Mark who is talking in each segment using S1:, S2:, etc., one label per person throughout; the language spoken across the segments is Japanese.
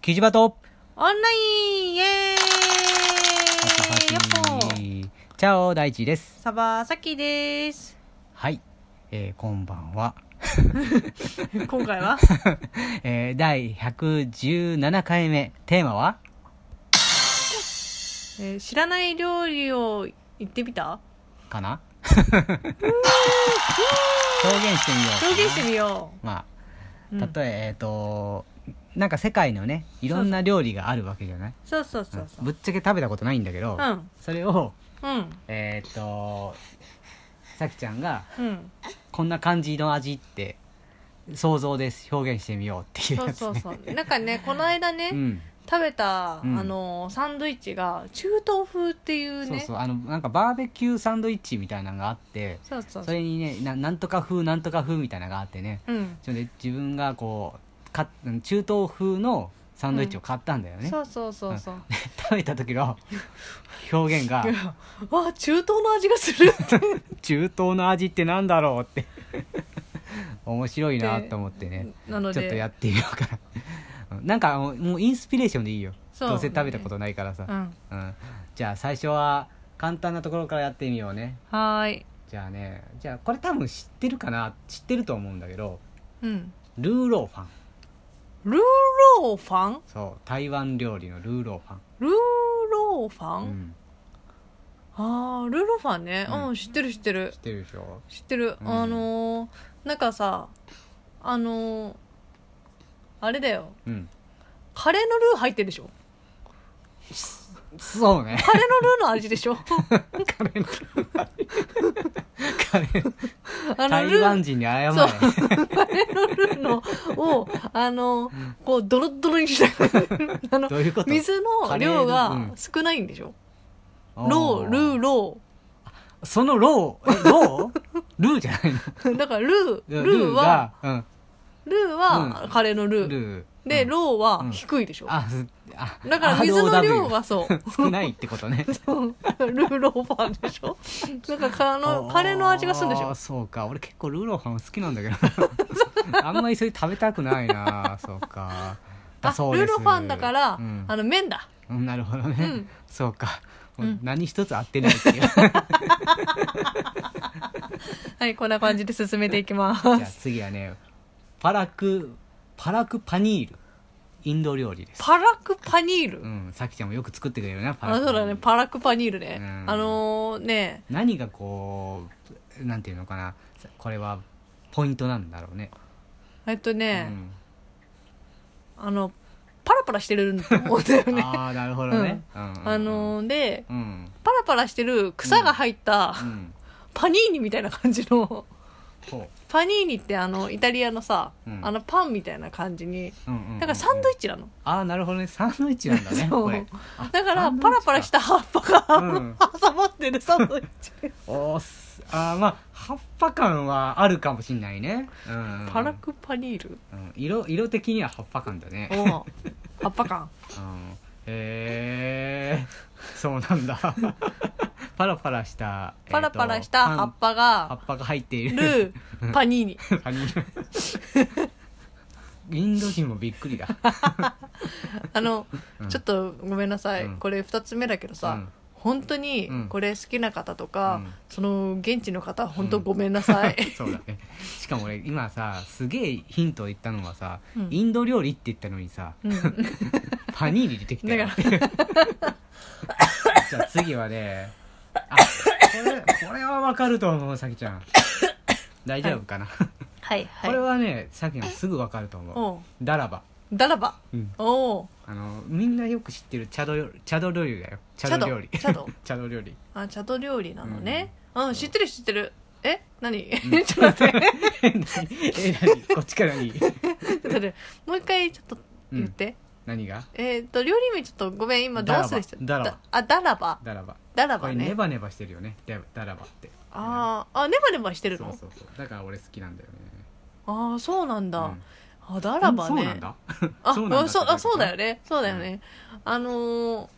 S1: キジバト
S2: オンラインイエーイやっほー
S1: チャオ大地です。
S2: サバサキです。
S1: はい。えー、こんばんは。
S2: 今回 は
S1: えー、第117回目。テーマは
S2: えー知らない料理を言ってみた
S1: かな表現してみようかな。
S2: 表現してみよ
S1: ま
S2: う。う
S1: あ、た
S2: ん
S1: とえ、えっ、と、なんか世界のね、いろんな料理があるわけじゃない
S2: そうそうそうそう。
S1: ぶっちゃけ食べたことないんだけど、
S2: うん
S1: それを、
S2: うん。
S1: えっ、と、さきちゃんが、
S2: うん。
S1: こんな感じの味って想像です表現してみようっていう
S2: そう
S1: やつ
S2: そう
S1: ね
S2: そう。なんかね、この間ね、
S1: うん
S2: 食べた、
S1: うん
S2: あのー、サンドイッチが、中東風っていう
S1: そう
S2: ね。
S1: そうあのなんかバーベキューサンドイッチみたいなのがあって
S2: そうそう
S1: それにねななんとか風なんとか風みたいなのがあってね
S2: うん。
S1: それで自分がこうか中東風のサンドイッチを買ったんだよね、
S2: そうそうそうそう。
S1: 食べた時の表現が
S2: わ、中東の味がする って。
S1: 中東の味ってなんだろうって 面白いなと思ってね
S2: なの
S1: ちょっとや
S2: で、
S1: ってみようかなうんなんかもうもうインスピレーションでいいよ
S2: そう
S1: どうせ食べたことないからさ、
S2: うん。
S1: うん、じゃあ最初は簡単なところからやってみようね
S2: はーい。
S1: じゃあねじゃあこれ多分知ってるかな知ってると思うんだけど
S2: うん。
S1: ルーローファン
S2: ルーローファン
S1: そう台湾料理のルーローフ
S2: ルーローファ
S1: ァン、う
S2: ン、
S1: ん、
S2: ああルーローファンね
S1: うん
S2: うん、知ってる知ってる
S1: 知ってるでしょ
S2: 知ってる、
S1: うん
S2: あのー、なんかさあのー、あれだよ
S1: うん
S2: カレーのルー入ってるでしょ
S1: そう ね
S2: カレーのルーの味でし ょ
S1: カレーのカレー
S2: あの
S1: 台
S2: ルー
S1: 湾人に謝れ
S2: そうカレーのルーのをあのー、こうドロッドロにした あ の
S1: どういうこと
S2: 水の量
S1: カレーの
S2: が
S1: うん
S2: 少ないんでしょ、
S1: おー
S2: ロールーロ
S1: そのローえロー ルーじゃない
S2: ーだからルー
S1: の
S2: ルーは
S1: が
S2: ルーはカレーの
S1: う
S2: ルー、
S1: んルー
S2: で、
S1: うん
S2: ローは低いでしょ、
S1: あすあ
S2: だから水の量
S1: ROW
S2: がそう。
S1: 少ないってこと ね
S2: そう ルーローファンでしょなんかかあのカレーの味がするんでし
S1: あ
S2: ょ
S1: ーそうか俺結構ルーローハン好きなんだけど あんまりそれ食べたくないなそうか
S2: あ
S1: だそう
S2: ル
S1: で
S2: ー
S1: す
S2: ローファンだから、
S1: うん
S2: あの麺だ
S1: うんなるほどね、
S2: うん
S1: そうか、
S2: うん
S1: もう何一つ合ってないって いうじ
S2: はいこんな感じで進めていきま
S1: ゃあ
S2: す
S1: 次はねパラクパラクパニールインド料理です
S2: パラクパニール、
S1: うんさきちゃんもよく作ってくれるなパ
S2: あ
S1: ラク
S2: そうだねパラクパニールね、
S1: うん
S2: あのー、ね
S1: 何がこうなんていうのかなこれはポイントなんだろうね
S2: えっとね
S1: う、ん
S2: あのパラパラしてると思うんだよ ね
S1: ああなるほどね、うんうんうん
S2: あのー、で
S1: うん
S2: パラパラしてる草が入った、
S1: うん
S2: パニーニみたいな感じの
S1: ほ
S2: パニーニってあのイタリアのさ、
S1: うん
S2: あのパンみたいな感じに
S1: う、うんうんうんうん
S2: だからサンドイッチなの、
S1: ああなるほどねサンドイッチなんだね
S2: そう
S1: これ
S2: だか
S1: サ
S2: ら
S1: ンド
S2: パ
S1: イッ
S2: ラ
S1: チか
S2: パラした葉っぱが、
S1: うん
S2: 挟まってるサンドイッチ
S1: おーすあーまあ葉っぱ感はあるかもしんないね、うんうん、
S2: パラクパニール
S1: うん、色色的には葉っぱ感だね、
S2: おう葉っぱ感
S1: うん、へえそうなんだ パラパラした、えーと
S2: パラパラした葉っぱ
S1: パン葉
S2: が
S1: っぱが入っている
S2: ルー パニーニ
S1: パニールインド人もびっくりだ
S2: あの、
S1: うん
S2: ちょっとごめんなさい、
S1: うん
S2: これ2つ目だけどさ、
S1: うん
S2: 本当に
S1: うん
S2: これ好きな方とか、
S1: うん
S2: その現地の方本当ごめんなさい、
S1: そうだねしかも俺今さすげえヒント言ったのはさ、
S2: うん
S1: インド料理って言ったのにさ
S2: うん
S1: パニーニ出てきたよ
S2: だ
S1: じゃあ次はねあこれこれはわかると思うさきちゃん大丈夫かな、
S2: はい
S1: こ
S2: はい
S1: れはねさきちゃんすぐわかると思う
S2: おう
S1: ダラバ、
S2: だらば
S1: うん、
S2: おう
S1: あのみんなよく知ってるチャド料チャド料理だよチャド料理
S2: チャド
S1: チャド料理
S2: あチャド料理なのねうん、知ってる知ってるえ何、ちょっと待って
S1: え何こっちからに
S2: ちょっと待ってもう一回ちょっと言って、
S1: 何が
S2: えっ、と料理名ちょっとごめん今どうする人
S1: ダラバ
S2: あダラバ
S1: ダラバ
S2: ダラ
S1: こ
S2: バ
S1: れネ
S2: ね
S1: バネバしてるよねダダラバって
S2: あーあネバネバしてる
S1: そ
S2: の
S1: うそうそうだから俺好きなんだよね
S2: ああそうなんだ、
S1: うん
S2: あダラバね
S1: そうなんだ
S2: あ
S1: そうなんだ
S2: あそうあそうだよねそうだよね、あのー、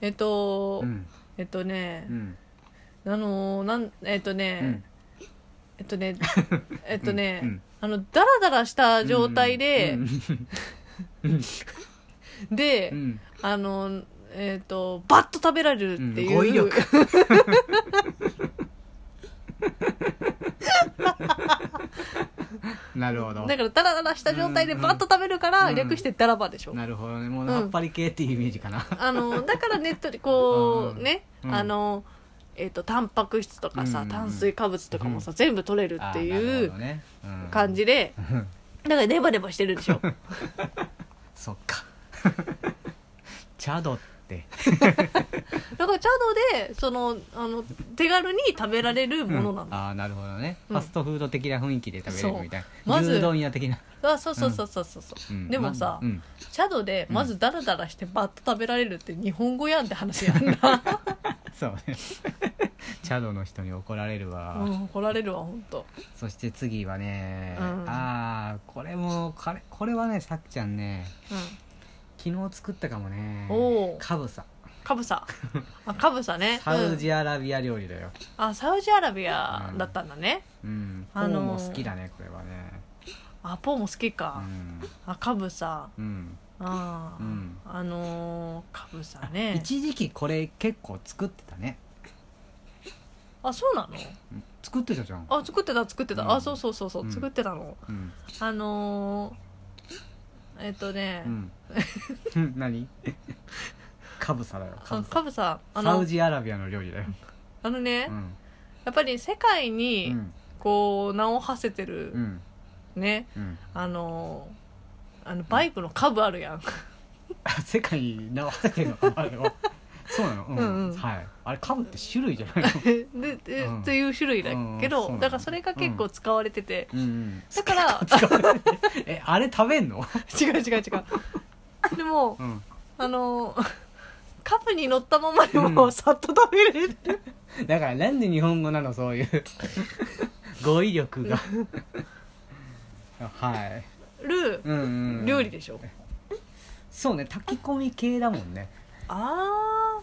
S2: えっと、
S1: うん
S2: えっとね
S1: う、ん
S2: あのー、なんえっとね、
S1: うん
S2: えっ とねえっとね、
S1: うんうん
S2: あのダラダラした状態で、
S1: うんうん
S2: で、
S1: うん
S2: あのえっ、とバッと食べられるっていう、
S1: うん語彙力なるほど
S2: だからダラダラした状態で
S1: うん
S2: バッと食べるから、
S1: うん
S2: 略してダラバでしょ、
S1: なるほどねもう
S2: うん
S1: さっぱり系っていうイメージかな、
S2: あのだからねっとりこう、
S1: うん
S2: ね、
S1: うん
S2: あのえっ、とタンパク質とかさ、
S1: うん
S2: 炭水化物とかもさ、全部取れる
S1: あ
S2: って
S1: ーなる
S2: い
S1: ほ
S2: う
S1: どねうん
S2: 感じで、
S1: うん
S2: だからネバネバしてる でしょ
S1: そっかチャドって
S2: だからチャドでそのあの手軽に食べられるものなんだ、
S1: ああなるほどね、
S2: うん
S1: ファストフード的な雰囲気で食べれるみたい
S2: そう
S1: な、
S2: まず
S1: 牛丼屋的な、
S2: あそうそうそうそうそうそ
S1: う
S2: う
S1: ん
S2: でもさ、
S1: まうん
S2: チャドでまずダラダラしてバッと食べられるって日本語やんって話やん な、
S1: そうねチャドの人に怒られるわ、
S2: うん、怒られるわ本当。
S1: そして次はね、
S2: うん
S1: ああこれもこれこれはねさっちゃんね
S2: うん
S1: 昨日作ったかもね
S2: おー
S1: カブサ
S2: カブサあカブサね
S1: サウジアラビア料理だよ
S2: うん、あサウジアラビアだったんだね、
S1: うん、
S2: あのー
S1: ポーも好きだねこれはね
S2: あポーも好き
S1: う
S2: か、
S1: ん
S2: あカブサ
S1: うん
S2: あ,、
S1: うん
S2: あのー、カブサね
S1: 一時期これ結構作ってたね
S2: あそうなの
S1: 作ってたじゃん
S2: あ作ってた作ってた、
S1: うん
S2: あそうそうそうそう、
S1: うん
S2: 作ってたの
S1: うん
S2: あのー、えっとね、
S1: うん、うん、 何カブサだよカ
S2: あ
S1: ブ
S2: カ
S1: サ
S2: ブサ
S1: サ
S2: あの
S1: ウジアラビアの料理だよ、
S2: あのね、
S1: うん
S2: やっぱり世界
S1: う
S2: に
S1: ん
S2: こう名を馳せてる、
S1: うん
S2: ね
S1: うん、
S2: あのー、あのバイクのカブあるやん
S1: あ世界に名を馳せてるのかあれはそうなのうん、
S2: うんうん
S1: はいあれカブって種類じゃないの
S2: でで、
S1: うん
S2: っていう種類だけ
S1: うん
S2: ど、
S1: そうなの
S2: だからそれが結構使われてて、
S1: うん、 うん、
S2: だから
S1: えあれ食べんの
S2: 違う違う違うでも
S1: うん
S2: あのーカブに乗ったままでも
S1: うん
S2: さっと食べれる、
S1: だからなんで日本語なのそういう語彙力がはい、うんうんうん
S2: 料理でしょ、
S1: そうね炊き込み系だもんね、
S2: ああ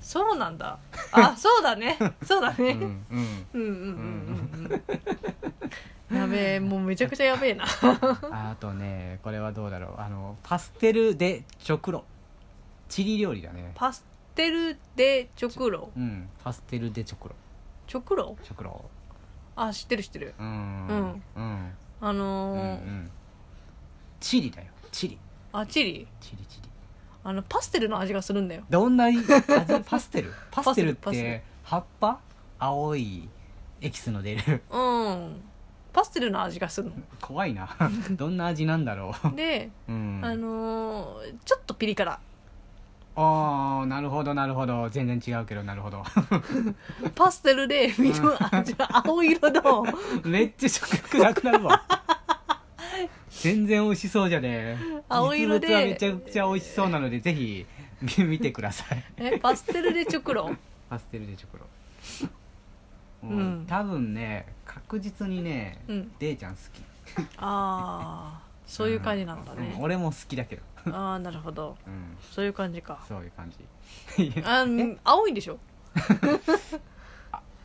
S2: そうなんだあそうだねそうだ
S1: う
S2: ね、
S1: んうん、
S2: うん、うんうんうんうんやべえもうめちゃくちゃやべえな
S1: あとねこれはどうだろうあのパステル・でチョクロチリ料理だね
S2: パステル・デ・チョクロ
S1: うんパステル・でチョクロ
S2: チョクロ
S1: チョクロ
S2: あ知ってる知ってる
S1: うん
S2: うん
S1: うん
S2: あの
S1: うんう
S2: ー
S1: んチリだよチリ
S2: あチリ
S1: チリチリ
S2: あのパステルの味がするんだよ
S1: どんな味パステル パステルっ
S2: パステル
S1: て葉っぱ青いエキスの出る
S2: うんパステルの味がする
S1: 怖いな どんな味なんだろ
S2: ので、
S1: う、うん、
S2: あのーちょっとピリ辛
S1: あーなるほどなるほど全然違うけどなるほど
S2: パステルで 緑味青色の
S1: めっちゃ食欲なくなる わ全然美味しそうじゃね
S2: 青色で
S1: 実物はめちゃくちゃ美味しそうなのでぜひみ 見てください
S2: えパステルでチョクロ
S1: パステルでチョコロ
S2: ん
S1: もう多分ね確実にね、
S2: うん
S1: デイちゃん好き
S2: ああそういう感じなんだ
S1: うん
S2: ね、
S1: 俺も好きだけど、
S2: ああなるほど
S1: うん、
S2: そういう感じか
S1: そういう感じいや
S2: あん青いんでしょ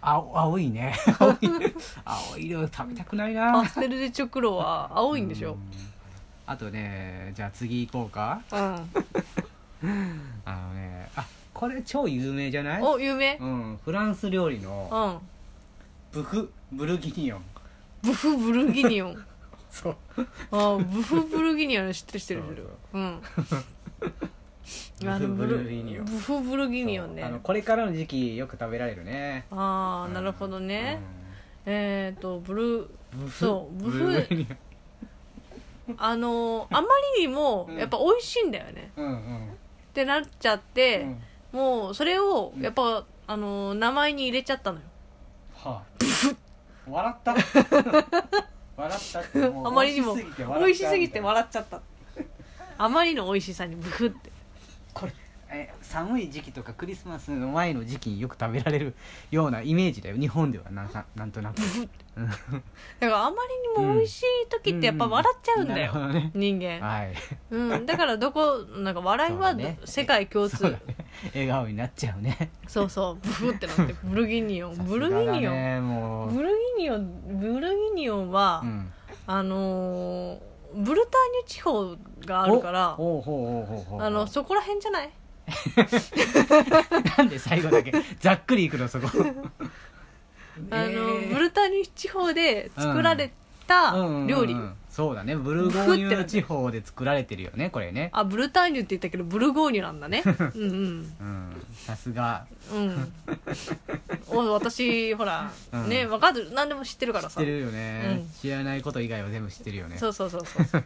S1: 青青い ね青い青い色食べたくない
S2: パ
S1: な
S2: ステルでチョクロは青いんでし
S1: う
S2: ょ
S1: あとねじゃあ次行こうか
S2: うん、
S1: あのねあこれ超有名じゃない
S2: お有名
S1: うんフランス料理
S2: う
S1: の
S2: ん
S1: ブフブルギニオン
S2: ブフブルギニオン
S1: そう
S2: あーブフブルギニオン知ってる知ってる知ってるうんあの
S1: ブフブルギニオン
S2: ブフブルギニオンね
S1: あのこれからの時期よく食べられるね
S2: あ
S1: う
S2: あ
S1: ん
S2: なるほどね、えっ、とブルー
S1: うんブフ
S2: そうブフ
S1: ブルギニ
S2: あのーあまりにも
S1: うん
S2: やっぱ美味しいんだよね、
S1: オンうん
S2: ってなっちゃっ
S1: うんう
S2: て
S1: ん、
S2: もうそれをやっぱ、あのー名前に入れちゃったのよ
S1: はあ、笑 った笑ったってもう
S2: あまりにも
S1: 美味しすぎて笑っちゃう
S2: 美味しすぎて笑っちゃったあまりの美味しさにブフって
S1: これえ寒い時期とかクリスマスの前の時期によく食べられるようなイメージだよ日本ではなんかなんとな く
S2: だからあまりにも美味しい時ってやっぱ笑っちゃうんだよ、
S1: なるほど ね
S2: 人間、
S1: はい
S2: うん、だからどこなんか笑い
S1: そ
S2: は
S1: うだね
S2: 世界共通
S1: そ
S2: そうう,、
S1: だね笑顔になっちゃうね
S2: そうブフって なってブルギニオンブルギ
S1: さす
S2: ニ
S1: が
S2: オ
S1: だね
S2: ン
S1: も
S2: ブルギニオンブルギニオンは、
S1: う、うん、
S2: あのーブルターニュ地方があるから
S1: おおうほうほうほうほう
S2: あのそこら辺じゃない
S1: なんで最後だ けざっくりいくのそこ
S2: あの、
S1: えー
S2: ブルターニュ地方で作られた
S1: うんうんうん
S2: 料理、
S1: そうだねブルゴーニュ地方で作られてるよねこれね
S2: あブルターニュって言ったけどブルゴーニュなんだ ねうん
S1: うんさすが
S2: うんうん お私ほら、
S1: うん
S2: ね分かる何でも知ってるから
S1: 知っ
S2: さ
S1: てるよね、
S2: うん
S1: 知らないこと以外は全部知ってるよねそ
S2: そううそうそうそう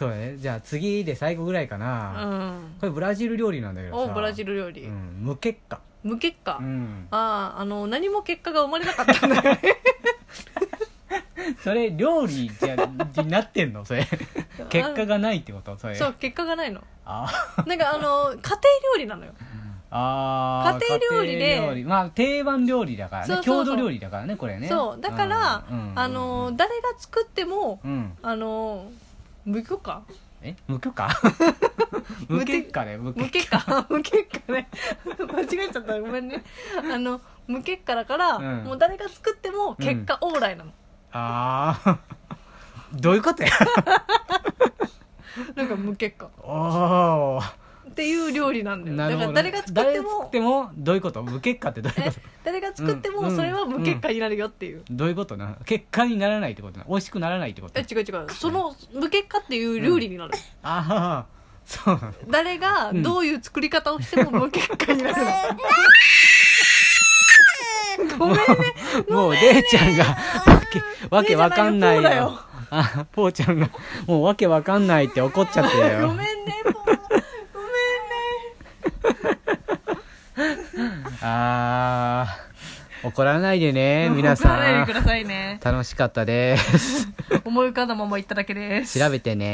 S1: だねじゃあ次で最後ぐらいか
S2: う
S1: な、
S2: ん
S1: これブラジル料理なんだけど
S2: お
S1: さ
S2: ブラジル料理、
S1: うん、無結果
S2: 無結果、
S1: うん
S2: あああの何も結果が生まれなかったんだよね
S1: それ料理じゃになってんのそれ 結果がないってことそれ
S2: そう結果がないの
S1: あ
S2: なんかあ の家庭料理なのよ
S1: あー
S2: 家庭料理で
S1: 家庭料理まあ定番料理だからね
S2: そうそうそう
S1: 郷土料理だからねこれね
S2: そうだから、
S1: うんうんうん
S2: あの誰が作っても、
S1: うん
S2: あの無許可
S1: え無許 可無
S2: 無
S1: 結果ね無
S2: 無
S1: 結
S2: 結果無結果 ね間違えちゃったごめんねあの無結果だから、
S1: うん
S2: もう誰が作っても結果オーライなの、
S1: ああどういうことや
S2: なんか無結果
S1: おお
S2: っていう料理なんだよ
S1: なるほ
S2: だ
S1: ど
S2: から
S1: ね
S2: 誰が作って
S1: 誰作
S2: も
S1: ってもどういうこと無結果ってどういう
S2: え
S1: こと
S2: 誰が作って
S1: う
S2: も
S1: ん
S2: それは無結果になるよっていう、
S1: どういうことな結果にならないってことな美味しくならないってこと
S2: え違う違うその無結果っていう料理になる、
S1: ああそうなの
S2: 誰がどういう作り方をしても無結果になるのごめんね
S1: もう、れいちゃんが、わけ、わけわかんない
S2: 姉じゃないよ
S1: よ。あ、ぽーちゃんが、もうわけわかんないって怒っちゃってる
S2: ごめん
S1: よ
S2: ね。ポーごめんね
S1: あー、怒らないでね、皆
S2: 怒ら
S1: さ
S2: ないでく
S1: ん。
S2: ださいね
S1: 楽しかったです。
S2: 思い浮かんだまま言っただけです
S1: 調べてね